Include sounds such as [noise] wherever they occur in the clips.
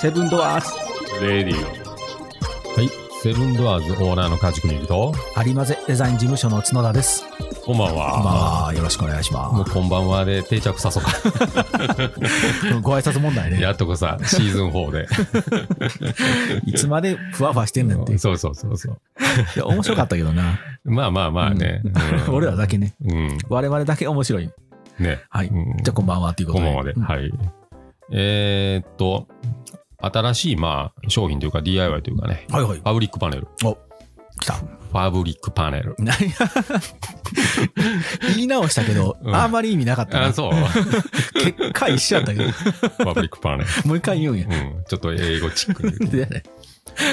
セブンドアーズレディオ。はい。セブンドアーズオーナーの梶君と、有馬ぜデザイン事務所の角田ですこんばんは。まあよろしくお願いしもまうこんばんはで定着さそうか。すご挨拶問題ね [laughs] やっとこさ、シーズン4で。いつまでふわふわしてんねんってい [laughs] そうそうそうそう。や面白かったけどなまあまあまあね。 [laughs] うん俺らだけねうん。我々だけ面白いね。はいうんじゃあこんばんはっていうこことんでばんはで。うんはい。えーっと、新しい、まあ、商品というか DIY というかね、はいはいファブリックパネル。来た [laughs] ファブリックパネル。何や言い直したけど、うんあんまり意味なかったなあ、 [laughs] そう。フ結果一緒やったけどァブリックパネル。もう一回言うんやうん。ちょっと英語チックに言うと。で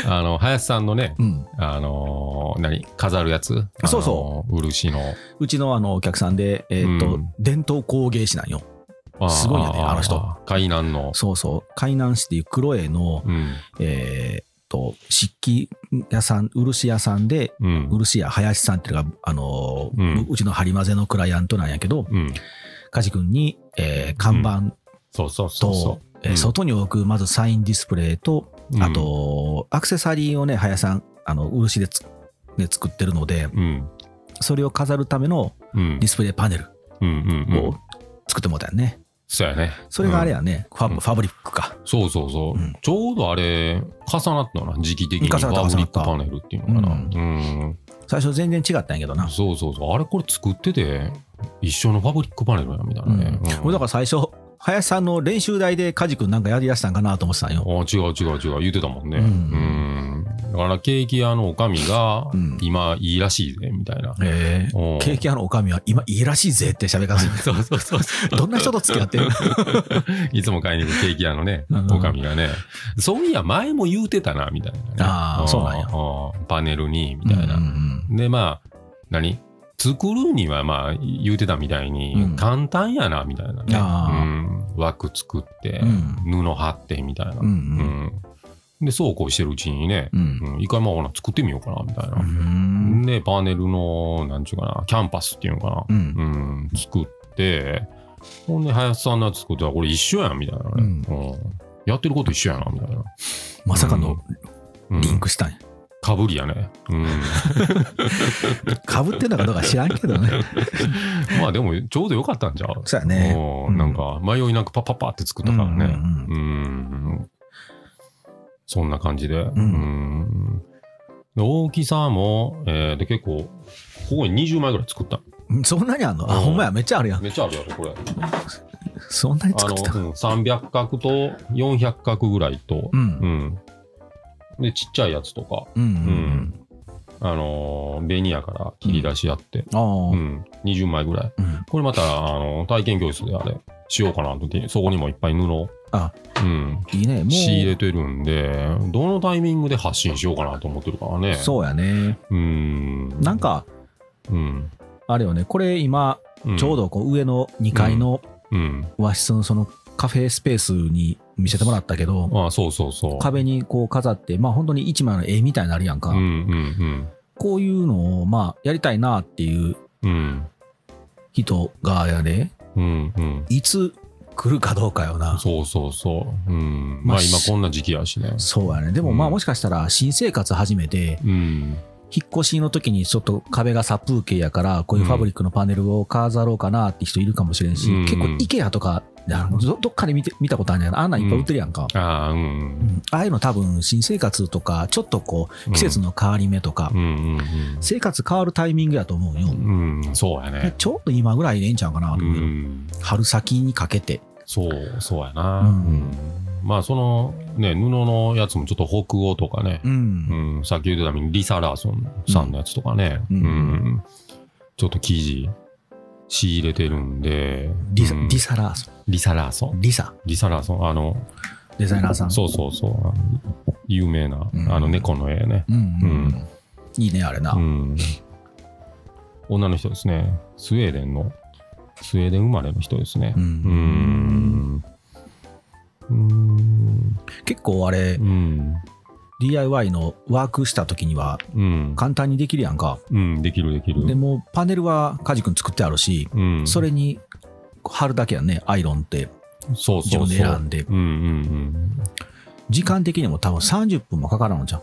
あの、林さんのね、うん、あのー何飾るやつ。そうそう漆の。うちのあのお客さんで、えーっとうん伝統工芸士なんよあーすごいよねあの人。海南の。そうそう海南市っていう黒絵の、うん。えーっと漆器屋さん漆屋さんでうん。漆屋林さんっていうのが、あのーうんううちの張り混ぜのクライアントなんやけどうん。梶君に、えー看板そうそうそと、うそえーうん外に置くまずサインディスプレイと、う。うんあ、とアクセサリーをね林さんあの漆でつで作ってるのでうん。それを飾るためのうんディ。スプレイパネルうんうんうをん。作ってもらったよね、そうやね。それがあれや。やね、ファうんブファブリックか、そうそうそううん。ちょうどあれ、重なったな、時期的に。重なったファブリック重なパネルっていうのかな。うん。最初全然違ったんやけどな、そうそうそう。あれこれ作ってて、一緒のファブリックパネルや、みたいなね。うん俺だから最初林さんの練習台で梶君なんかやりだしたんかなと思ってたんよ、ああ、違う違う違う、言ってたもんね。ううんん。だから、ケーキ屋のおかみがうん、今、いいらしいぜ、みたいな。えーうんケーキ屋のおかみは今いいらしいぜって喋り方する [laughs] そうそうそうそどんな人と付き合ってるう。いつも買いに行くケーキ屋のねうん、おかみがね、そういや、前も言うてたな、みたいなね。ああそうなんやや。パネルに、みみたたいいな、な。で、まあ、何作るには、まあ、言うてたみたいうんに、簡単やな、みたいなね。ああうん枠作ってう、布貼って、みたいなう。んうんで、そうこうしてるうちにねうんう、んうん一回まあほら作ってみようかなみたいな。でパネルのなんちゅうかなキャンパスっていうのかうな、んうん作ってほんで林さんのやつ作ったらこれ一緒やんみたいなね、うんうんやってること一緒やなみたいな、まさかのうんリンクしたんや、かぶりやね、 [laughs] うん、かぶってんのかどうか知らんけどねまあでもちょうどよかったんじゃうそうやねうんなんか迷いなくパッパッパって作ったからねうんそんな感じで,、んうんで大きさも、えーで結構ここに20枚ぐらい作ったうんそんなにあんのあうんほんまやめっちゃあるやんめっちゃあるやろこれそんなにあ作の、っうてたん、300角と400角ぐらいとう、んうん。で、ちっちゃいやつとか、うんうんうんうんあのーベニヤから切り出しやって、ああうん、20枚ぐらい。うんこれまた、あの体験教室であれ、しようかなと思って、そこにもいっぱい布を、あうん、いいねも仕入れうてるんで、どのタイミングで発信しようかなと思ってるからね。そうやねう。ん。なん、かうん。あれよねこれ今ちょうど、どこう上の2階のうん。和室のそのカフェスペースに見せてもらったけど、あそうそうそう。壁にこう飾って、まあ本当に一枚の絵みたいになるやんか、うんうんこういうのをまあやりたいなっていううん。うん。人がやれ、うんうん。いつ来るかどうかよな。そうそうそう。うん。まあまあ今こんな時期やしね。そうやね。でもまあうんもしかしたら新生活始めて、うん。引っ越しの時にちょっと壁が殺風景やから、こういうファブリックのパネルを飾ろうかなって人いるかもしれんし、うん結構 IKEA とか、あのどどっかで見て見たことあるんやな。あんなんいっぱい売ってるやんか。ああ、う。うんんああいうの多分新生活とか、ちょっとこう季節の。の変わり目とか、うん生活変わるタイミングやと思うよ。うんうん。うん、そうやね。ちょうど今ぐらいでええんちゃうかなとう思うよ、ん。春先にかけて。そう、そうやな。ううんん。まあその、ね、布のやつもちょっと北欧とかね。ん。うん。さっき言ってたみにリサ・ラーソンさんのやつとかね。ううんん。うんちょっと生地仕入れてるんで。リサ、うんリサラーソリサ・ラーソン。ン。リサ、リサ・ラーソン。あの、デザイナーさん。そうそうそうあの。有名なう、んあの猫の絵ね。う。ん、うんういいね、あれな。うん、女の人ですねスウェーデンのスウェーデン生まれの人ですねうーんうーん結構あれ、うん DIY のワークした時にはうん、簡単にできるやんか。うん、できるできるでもうパネルはカジ君作ってあるし、うん、それに貼るだけやんね、アイロンってそう自そう分でそ選うんで。うんうん時間的にも多分30分もかからんのじゃん。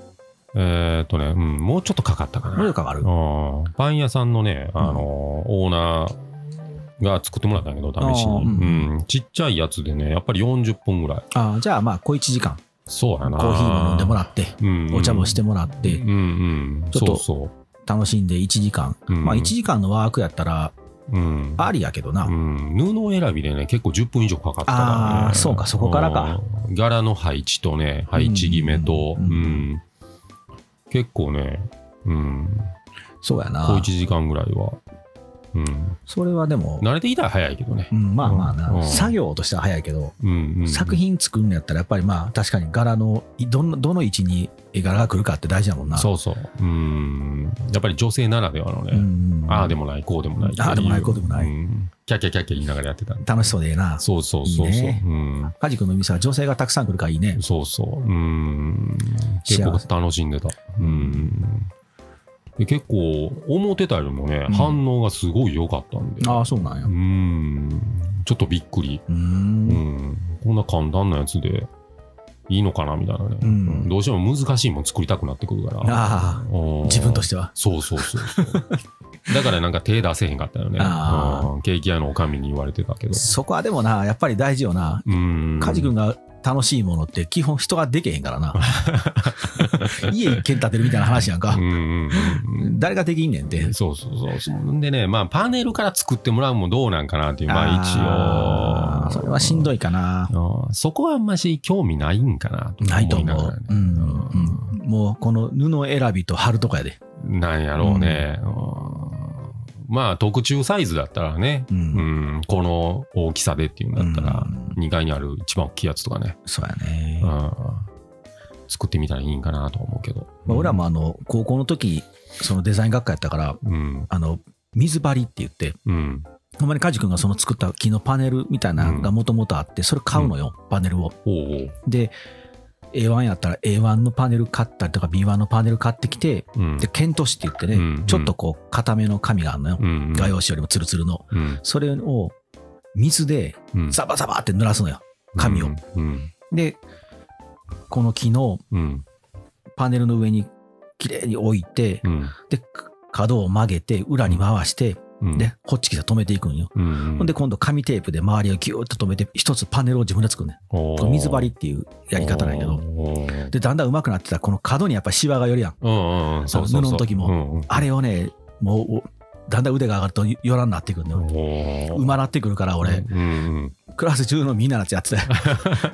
えーっとね、うん、もうちょっとかかったかどれな。かかるうんパン屋さんのね、あのオーナーが作ってもらったんやけど、試しに、あーうんうんちっちゃいやつでね、やっぱり40分ぐらい。あーじゃあまあ小1時間そうやコな。ーヒーも飲んでもらってうんうんお茶もしてもらってうんうん、ちょっとそう楽しんで1時間、そう。うんまあ1時間のワークやったらうんありやけどな、うん、布選びでね、結構10分以上かかったから、あねー。そうかそこからかうん。柄の配置とね、配置決めと、ううんんうんうん結構ね、うん、そうや小な1時間ぐらいは。うん、それはでも、慣れてきたら早いけどねう。ん、まあまあな、うん作業としては早いけど、うんうん、作品作るんやったらやっぱりまあ確かに柄のいどのどの位置に絵柄が来るかって大事だもんなそうそう。うん、やっぱり女性ならではのね、うんああでもない、こうでもないってう。ああでもないこうでもないんキャッキャッキャッキャ言いながらやってたんで楽しそうでええなそうそうそうそう。いいねうんカジ君の店は女性がたくさん来るからいいねそうそう。うん。結構幸せ楽しんでた。うん。で結構、思ってたよりもね、うん反応がすごい良かったんで。ああそうなんやう。うんちょっとびっくり。ーうんん。こんな簡単なやつでいいのかなみたいなね。うんどうしても難しいもん作りたくなってくるから。ああうん自分としてはそうそうそうそう。 [laughs] だからなんか手出せへんかったよね。あーうんケーキ屋のおかみに言われてたけど。そこはでもなやっぱり大事よなうん。カジ君が楽しいものって基本人がでけへんから [laughs] な家一軒建てるみたいな話やんかうんうんうんうん。誰ができんねんってそうそうそうそう。んでね、まあ、パネルから作ってもらうもどうなんかなっていう、まあ、あー一応。それはしんい。どいかなそこはあんまし興味ないんかなないと思思いうながらね。うんうんもうこの布選びと貼るとかやでうんなんやろうね。うんまあ、特注サイズだったらね、ううんん、この大きさでっていうんだったらうん、 2階にある一番大きいやつとかね、そうやねうん作ってみたらいいんかなとは思うけど。まあ、俺らもあの高校の時そのデザイン学科やったからうん、あの水張りって言ってうん。ほんまに梶君がその作った木のパネルみたいなのがもともとあってそれ買うのよ、パネルをおうおう。で A1 やったら A1 のパネル買ったりとか B1 のパネル買ってきてうんでケント紙って言ってね、うんちょっとこう硬めの紙があるのよ、うん画用紙よりもツルツルのうんそれを水でうんザバザバって濡らすのよ紙を、うんでこの木のうんパネルの上に綺麗に置いて、うんで角を曲げて裏に回して、うんでホッチキスで止めていくんよ、うんうんほんで今度紙テープで周りをギューッと止めて一つパネルを自分で作るねおこーれ水張りっていうやり方なんやけどおーでだんだん上手くなってたらこの角にやっぱりシワが寄るやんうんうんうん、そうそうそう布の時もうんうんあれをねもうおだんだん腕が上がると寄らんなってくるんだよお馬なってくるから俺、うんうん、クラス中のみんなのやつやってたよ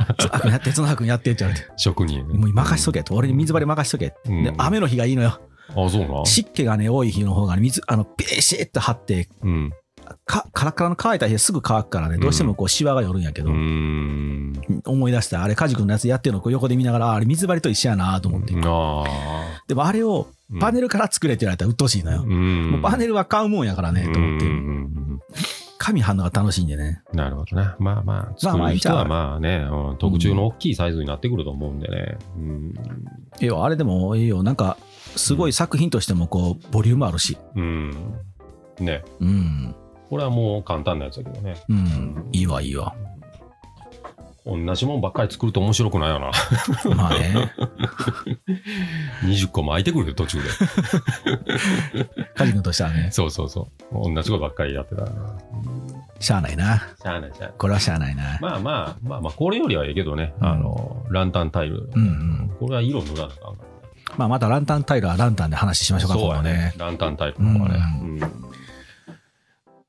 [laughs] 津田君やって津田君やってって言われて職人。もう任しとけと俺に水張り任しとけって、うんで雨の日がいいのよあ、そうな。湿気がね多い日の方がね水あのピシッと張ってうん。かカラカラの乾いた日ですぐ乾くからねどうしてもこうシワが寄るんやけうど、ーん。思い出したあれ梶君のやつやってるのをこう横で見ながらああれ水張りと一緒やなと思って、あでもあれをあ。パネルから作れって言われたら鬱陶しいのよ、うん。もうパネルルは買うもんやからねと思って、紙貼るのが楽しいんでねなるほどな。まあまあ、まあ作まある人いいはんちまあね、うん特注の大きいサイズになってくると思うんでね。うん。ええよあれでもええよなんかすごい作品としてもこうボリュームあるしうん。ね。うんこれはもう簡単なやつだけどね。うんいいわいいわ同じもんばっかり作ると面白くないよな。まあ [laughs] ね20個も空いてくるよ、途中で。梶君としてはねそうそうそう。同じことばっかりやってたらな。しゃあないなしゃあないしゃあない。これはしゃあないな、まあまあ、まあまあ、これよりはいいけどね、うんあの、ランタンタイル。うんうんこれは色塗らなあかんかまあ、またランタンタイルはランタンで話しましょらうかそう今や度ね。ランタンタイルの方がね。うん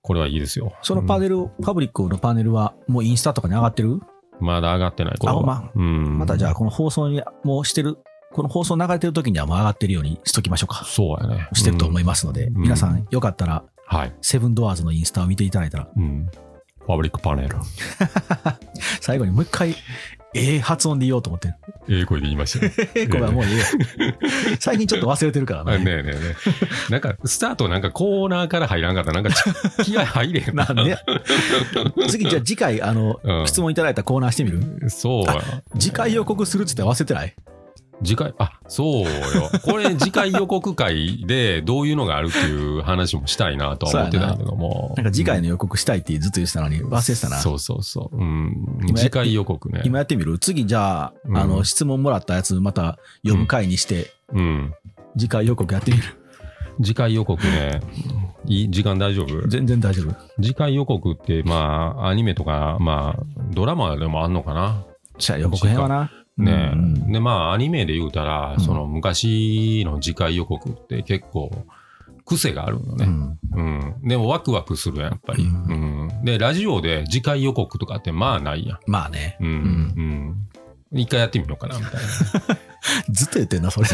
これはいいですよ。そのパネル、パブリックのパネルはもうインスタとかに上がってる、うんまだ上がってない。これあはほんまうんまたじゃあこの放送にもうしてるこの放送流れてる時にはもう上がってるようにしときましょうかそうやね。してると思いまますので、うん皆さんよかったらす。はい。セブンドアーズのインスタを見ていただいたらうん。ファブリックパネル。最後にもう一回ええ発音で言おうと思ってる英語で言いましたよ。 [laughs] ええこれはもうええよ最近ちょっと忘れてる [laughs] からあねねえねえねえ。なんか、スタートなんかコーナーから入らんかったらなんかち気合入れへ [laughs] んなな。んで次じゃあ次回あの、うん質問いただいたコーナーしてみるそうや。次回予告するっつって忘れてない次回、あ、そうよ。こ [laughs] れ、次回予告会でどういうのがあるっていう話もしたいなとは思ってたんだけども。なんか次回の予告したいってずっと言ってたのに忘れてたな。そうそうそう。うん今や。って次回予告ね。今やってみる次じゃあ、うんあの、質問もらったやつまた読む回にして、うん。次回予告やってみる。次回予告ね。いい時間大丈夫全然大丈夫。次回予告って、まあ、アニメとか、まあ、ドラマでもあんのかな。じゃあ予告編はな。ねうんうんで、まあ、アニメで言うたら、うんその昔の次回予告って結構、癖があるのね。うんうん、でもワクワクするやんやっぱり、ううんでラジオで次回予告とかってまあないやんまあね。うん、うん一回やってみようかなみ [laughs] たいずっと言ってんな、そ [laughs] れ。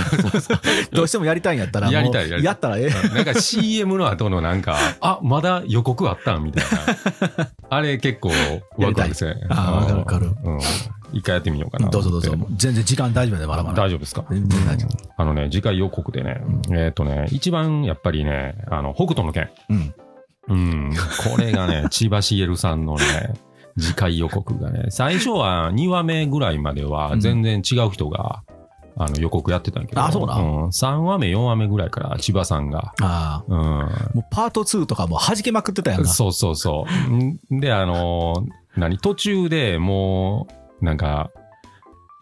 どうしてもやりたいんやったら、やりたいもやうりたいやったらええ。ななんか CM の後のなんかあまだ予告あったんみたい [laughs] なあれ結構ワクワクせんあーうんわかるわうん、一回やってみようかなどうぞどうぞと思っ。て全然時間大丈夫やで、まだまだ。大丈夫ですか全然大丈夫。あのね次回予告でねえっ、とね一番やっぱりねあの北斗の拳うん。うん、これ [laughs] がね、千葉茂さんのね、次回予告がね、最初は2話目ぐらいまでは全然違う人が、あの予告やってたんやけど、あそうなん3話目、4話目ぐらいから千葉さんが、ああ。うもうパート2とかもう弾けまくってたやんん、か。そうそうそう。んで、あのー何、途中でもう、なんか、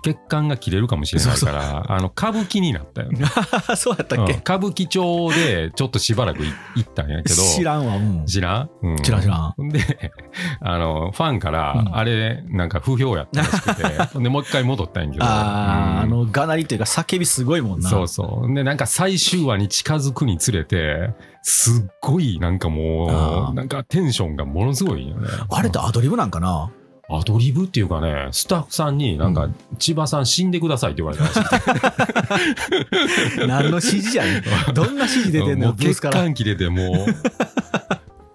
血管が切れるかもしれないから、あの、歌舞伎になったよね。 [laughs] そうやったっうんけ歌舞伎町でちょっとしばらくい行ったんやけど、知らんわ、うん。知らん、うん、知らん知らん。で、 [laughs] あの、ファンから、うんあれ、なんか不評やったらしく [laughs] て、で、もう一回戻ったんやけど。ああ、あうんの、がなりというか叫びすごいもんな。そうそう。で、なんか最終話に近づくにつれて、すっごいなんかもあーう、なんかテンションがものすごいよね。あれってアドリブなんかなアドリブっていうかね、スタッフさんになんうか、千葉さん死んでくださいって言われたらしくて。何の指示やね [laughs] ん。どんな指示出てんのもよ、うブー血スから。管切れても [laughs] う。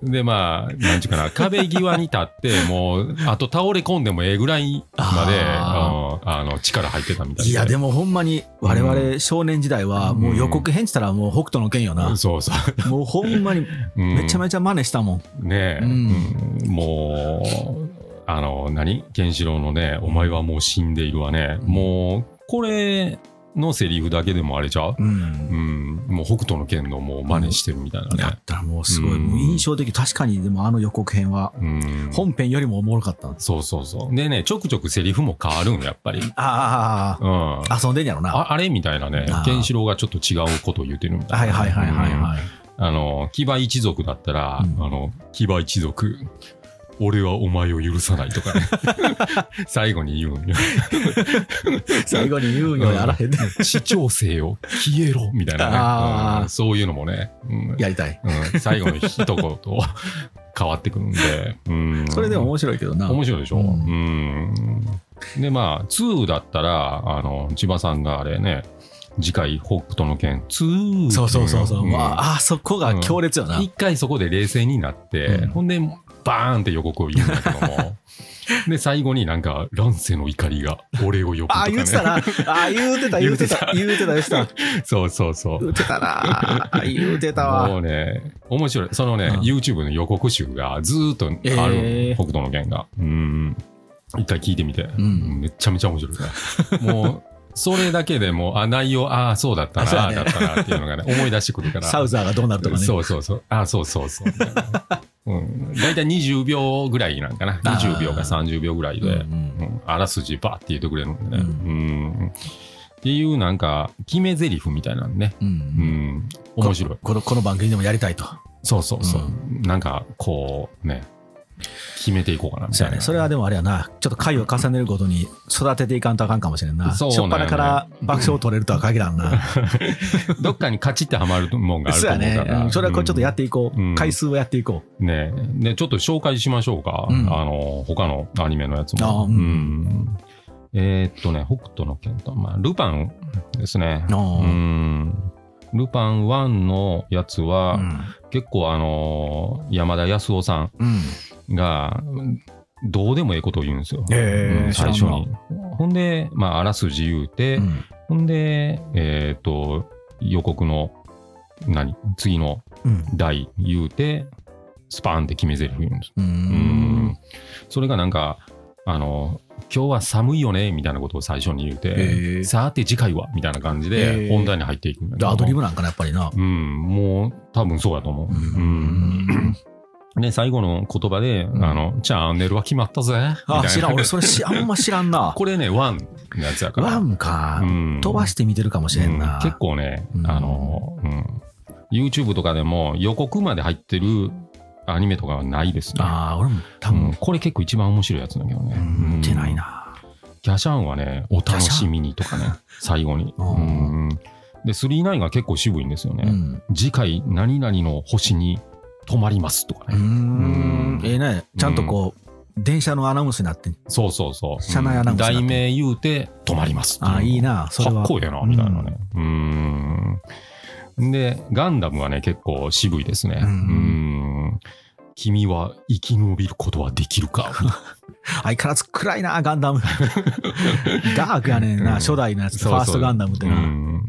でまあ、なんちゅうかな、壁際に立って、もう、あと倒れ込んでもええぐらいまで、あうんあの、力入ってたみたいで。いや、でもほんまに、我々少年時代は、もう予告編したらもう北斗の拳よな。そうそう。もうほんまに、めちゃちめちゃ真似したもん。ゃ。ねえ、うんうんもう、あの、何ケンシロウのね、お前はもう死んでいるわね。うんもう、これのセリフだけでもあれちゃうう。うんん、もう北斗の拳のもう真似してるみたいなやねっ。たらもうすごい、うんもう印象的。確かに、でもあの予告編は、うん。本編よりもおもろかった。あそうそうそう。でね、ちょくちょくセリフも変わるん、やっぱり。あうん。あああ、遊んでんやろな。あれみたいなねあー、ケンシロウがちょっと違うことを言ってるみたはいいな。はいはいはいうんはい。あの、騎馬一族だったら、うんあの、騎馬一族、俺はお前を許さないとか [laughs] ね。最後に言うんよ。最後に言うようやらへんで。市長生を消えろみたいなあねー、うんそういうのもね、うんやりたい。うん最後の一言と [laughs] 変わってくるんで、うんそれでも面白いけどな。面白いでしょ。ううんんで、まあ、2だったら、あの、千葉さんがあれね、次回、北斗の拳2。そうそうそうそう。んまあ、あそこが強烈よな。一回そこで冷静になって、うんほんでバーンって予告を言うんだけど [laughs] もで最後になんか乱世の怒りが俺を呼ぶとあか、あ、ね、言ってたな。ああ、言うてた、言うてた、言うてた、言うてた。 [laughs] そうそうそう言うてたな。あ言うてたも [laughs] わ。うね面白いそのね、うん YouTube の予告集がずーっとある、えー北斗の拳がうん一回聞いてみて、んめちゃめちゃ面白い [laughs] からもうそれだけでもうあ内容ああそうだったあなそうあだあねだったなっていうの [laughs] がね思い出してくるからサウザーがどうなるとかね。そうそうそう。あ、そうそう [laughs] そう。みたいなねうん、大体20秒ぐらいなんかな。あー20秒か30秒ぐらいで、うんううんんあらすじバーって言ってくれるんでうね。うんっていうなんか、決め台詞みたいなのね。う。うんん。面白いこ。このこの番組でもやりたいと。そうそうそう。なんか、こうね、決めていこうかなみそたうやいな。ね。それはでもあれやな。ちょっと回を重ねるごとに育てていかんとあかんかもしれんな。そうしなょんっやぱねなから爆笑を取れるとは限らんな。 [laughs] どっかにカチってはまるもんがあるそとう思やうかね。ら。うんそれはこうちょっとやっていこうんう。回数をやっていこう。ねえでちょっと紹介しましょうか、うんあの他のアニメのやつあも。ーうんうんえーっとね、北斗の拳と、まあ、ルパンですね。あーうんルパン1のやつは、うん結構、あのー山田康夫さうん。んが、うんどうでもええことを言うんですよ。へえうん最初知らんに。ほんで、まあ、あらすじ言うて、うんほんで、えーっと、予告の、何次のうん台言うて、スパーンって決め台詞言うんです。ううんんそれがなんか、あの今日は寒いよねみたいなことを最初に言うて、へえさて次回はみたいな感じへでえ本題に入っていくんやけでどアドリブなんかな、やっぱりな。うん、もう多分そうやと思う。うんで、最後の言葉で、うんあの、チャンネルは決まったぜ。みたいあ、な知らん。俺、それしあんま知らんな。 [laughs] これね、ワンのやつやから。ワンか。うん飛ばして見てるかもしれんうな。ん結構ね、うんあの、うん、YouTube とかでも予告まで入ってるアニメとかはないですね。ああ、俺も多うん分、これ結構一番面白いやつだけどね。うん見てないなな。キャシャンはね、お楽しみにとかね、最後に。ううんんで、3-9が結構渋いんですよね。うん。次回、何々の星に泊まりますとかうーね。んうんええね。ちゃんとこう、電車のアナウンスになってんそうそうそう。車内アナウンスだった題名言うて、泊まりますってうああ、いい。な。それかは。っこいいな、みたいなね。うん。で、ガンダムはね、結構渋いですね。ううんん。君は生き延びることはできるか相変わらず暗いな、ガンダム。 [laughs] ダークやねんうんな、初代のやつ、フそうそうァーストガンダムってうな。ん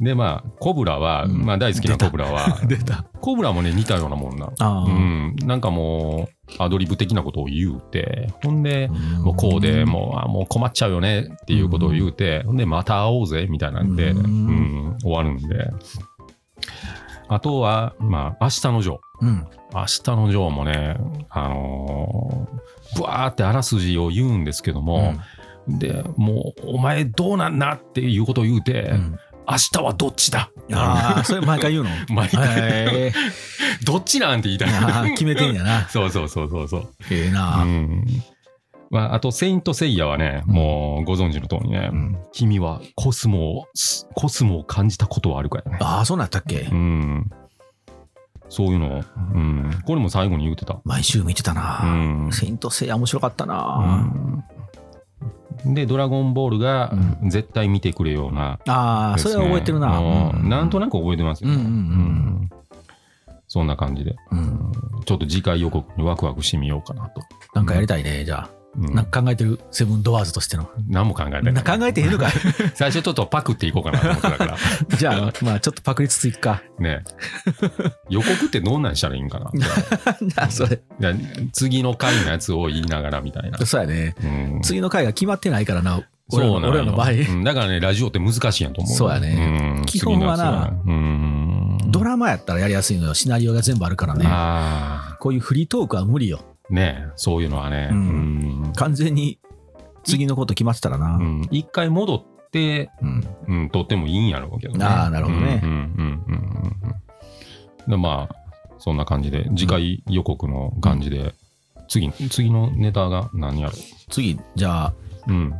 で、まあ、コブラは、うんまあ、大好きな出たコブラ [laughs] は、出た。コブラもね、似たようなもんな。ああ。うん、なんかもう、アドリブ的なことを言うて、ほんで、もうこうでもうあもう困っちゃうよねっていうことを言うて、ほんで、また会おうぜみたいなんで、ううんん、終わるんで。あとは、まあ、明日のジョー。うん。明日のジョーもね、あのー、ぶわーってあらすじを言うんですけども、で、もう、お前どうなんだっていうことを言うて、うん明日はどっちだああ、それ毎回言うの [laughs] 毎回へえどっちなんて言いたい。あ [laughs] あ決めてんやな。 [laughs] そうそうそうそうそう。ええうな。んまあ、あと、セイント・セイヤはね、もうご存知の通りね、うん君はコスモを、コスモを感じたことはあるかよね。ああ、そうなったっけうん。そういうのを、うん。これも最後に言うてた。毎週見てたうな。ん。セイントセイヤ面白かったな。うんで、ドラゴンボールがう絶対見てくれような、ああ、ですそれねは覚えてるな。うんなんとななく覚えてますよ。うんうんうんそんな感じで、く。ううんんちょっと次回予告にワクワクしてみようかなと。なんかやりたいね、じゃうあ。んなんか考えてる、セブンドアーズとしての。何も考えてない。な考えてへん [laughs] のかい最初ちょっとパクっていこうかなと思ってたから。じゃあ、まあちょっとパクリつついくか。 [laughs] ね予告ってどんなんしたらいいんかななあそれ。いや次の回のやつを言いながらみたいな。そうやね。うん次の回が決まってないからな、俺らそのうなんよ俺らの場合。うんだからね、ラジオって難しいやんと思う。そうやねうん基本はな次のやつはうん。ドラマやったらやりやすいのよ。シナリオが全部あるからね。あこういうフリートークは無理よ。あ、ねそういうのはね。ううんん。完全に次のこと決まってたらうな。ん一回戻って、うん。うん、撮ってもいいんやろうけどね。ああなるほどねうんうんうんうんうん。で、まあ、そんな感じで、次回予告の感じで、次、次のネタが何やろ次、じゃあ、う。うん。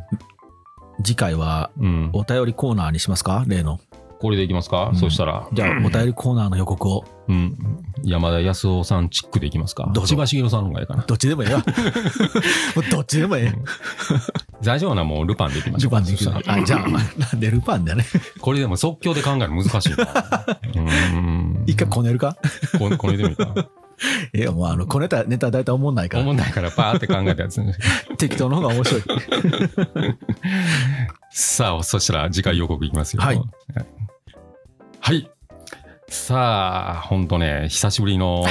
次回はうん。お便りコーナーにしますか例の。これでいきますか、うんそしたら、じゃあ、お便りコーナーの予告を。うん、山田康夫さんチックでいきますかどうぞ千葉茂さんの方がいいかなどっちでもええ [laughs] わ。もうどっちでもええ。大丈夫なもうルパンでいきましルょうパンでいくそなし。たらあ、じゃあ、なんでルパンだね。これでも即興で考えるの難しいなうん一回こねるかここれでもいいかええよ、もうあの、こねたネタ大体思んないか思ら。んないからパーって考えたやつね適当の方が面白い。さあそしたら次回予告いきますよはいはい、はいさあ、ほんとね、久しぶりの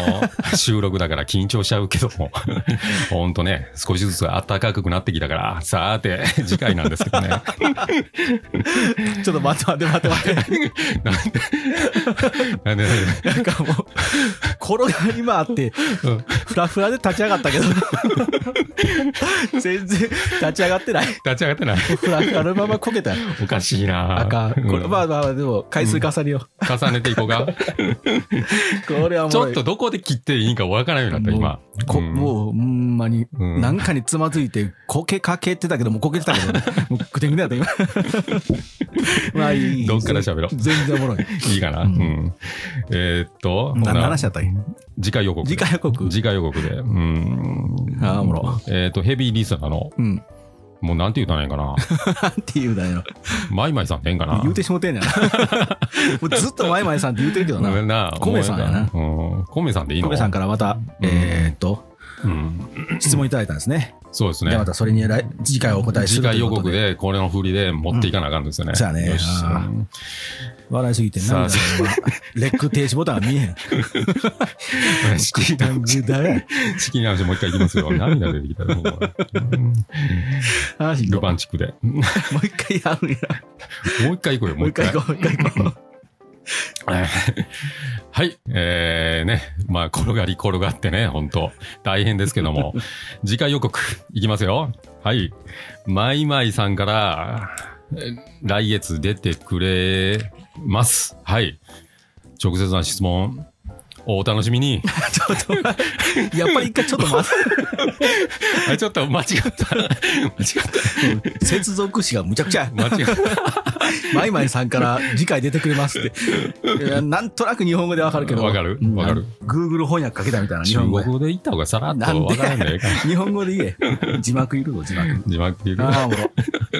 収録だから緊張しちゃうけども、ほんとね、少しずつ暖かくなってきたから、さあて、次回なんですけどね。ちょっと待って待って待って待って。なんで、なんで、なんかもう、転がり回って、うんふらふらで立ち上がった [laughs] けど、全然立ち上がってない。立ち上がってない。ふらふらのままこけたよ。おかしいな。あかん。これ、うんまあまあ、でも、回数重ねよう。重ねていこうか。これはもう、ちょっとどこで切っていいんかわからんようになった、今。こうんもう、ほんまに、うんなんかにつまずいて、こけかけてたけど、もうこけてたけど、もうぐてんぐてんやった、今。[laughs] まあいい。どっから喋ろう全然お [laughs] もろい。いいかな。ううんん。えーっと、何のほな話だったっけ次回予告。次回予告次回予告で。うん。あーおもろ。えーっと、ヘビーリスナーの、うん。もうなんて言うたらいいん [laughs] かな。なんて言うだよ。マイマイさんでええんかな。言うてしもてんやな。 [laughs] もうずっとマイマイさんって言うてるけどごめな。んな。コメさんやなごめんな。うんコメさんでいいのコメさんからまた、えーっと、うん。質問いただいたんですね。そうですじゃあねま。たそれに来次回お答えす次ると回い予うこと告で。で、これの振りで持っていかなあかんですよね。うんそうやねよっしゃあ笑いすぎて涙がさレック停止ボタンは見えへん。チキンラウンジ、だよ。チキンラウンジもう一回い [laughs] きますよ。涙出てきたよ。もううんあしんどいルもパンチックで。もう一回やるんや。う一回行こうよ、ももうう一回一回。行こう、もう一回行こはい。えー、ね。まあ、転がり転がってね、本当大変ですけども。次回予告、いきますよ。はい。マイマイさんから、えー来月出てくれます。はい。直接な質問、お楽しみに。う。ちょっと待って、やっぱり一回ちょっと待っ。あ、ちょっと間違った。間違って接続詞がむちゃくちゃや。た。間違った。マイマイさんから次回出てくれますって。いやなんとなく日本語でわかるけど。わかるうんわかる。 Google 翻訳かけたみたいな日中本語国で。語で言った方がさらっとわからんでええか日本語で言え。字幕いるぞ、字幕。 [laughs] 字幕で言うああ、おもろ。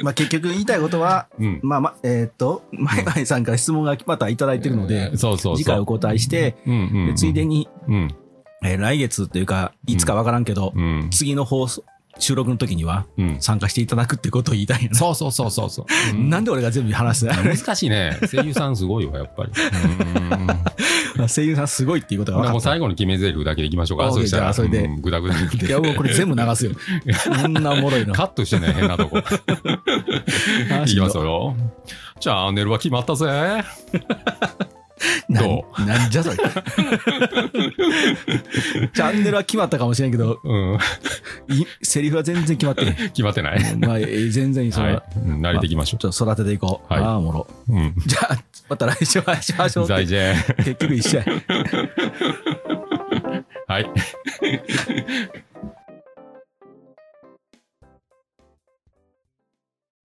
まあ結局言いたいことは、うん。まあ、ま、えーっと、マイマイさんから質問がまたいただいてるので、そうそうそう。次回お答えして、うんうんうんでついでに、うん。えー来月というか、いつかわからんけど、うん。次の放送、収録の時にはうん。参加していただくってことを言いたいよね。そうそうそうそうそう。う [laughs] んなんで俺が全部話すの難しいね。声優さんすごいわ、やっぱり。うん [laughs] 声優さんすごいっていうことが分もかうった。最後の決め台詞だけでいきましょうオか。ーケーそしたじゃあら、それでうんぐだぐ [laughs] だになっていや、もうこれ全部流すよ。こんなおもろいの。 [laughs] カットしてね、変なとこ。あーいしんきどますよ。チャンネルは決まったぜ。などなんじゃそれ。チャンネルは決まったかもしれんけど、うん。いセリフは全然決まってへん決まってない。はまあ、えー全然それは、い。うん慣れていきましょちょっと育てていこう。はいああ、おもろ。う。うん。じゃあ、また来週お会いしましょうって。財前。結局一緒や。はい。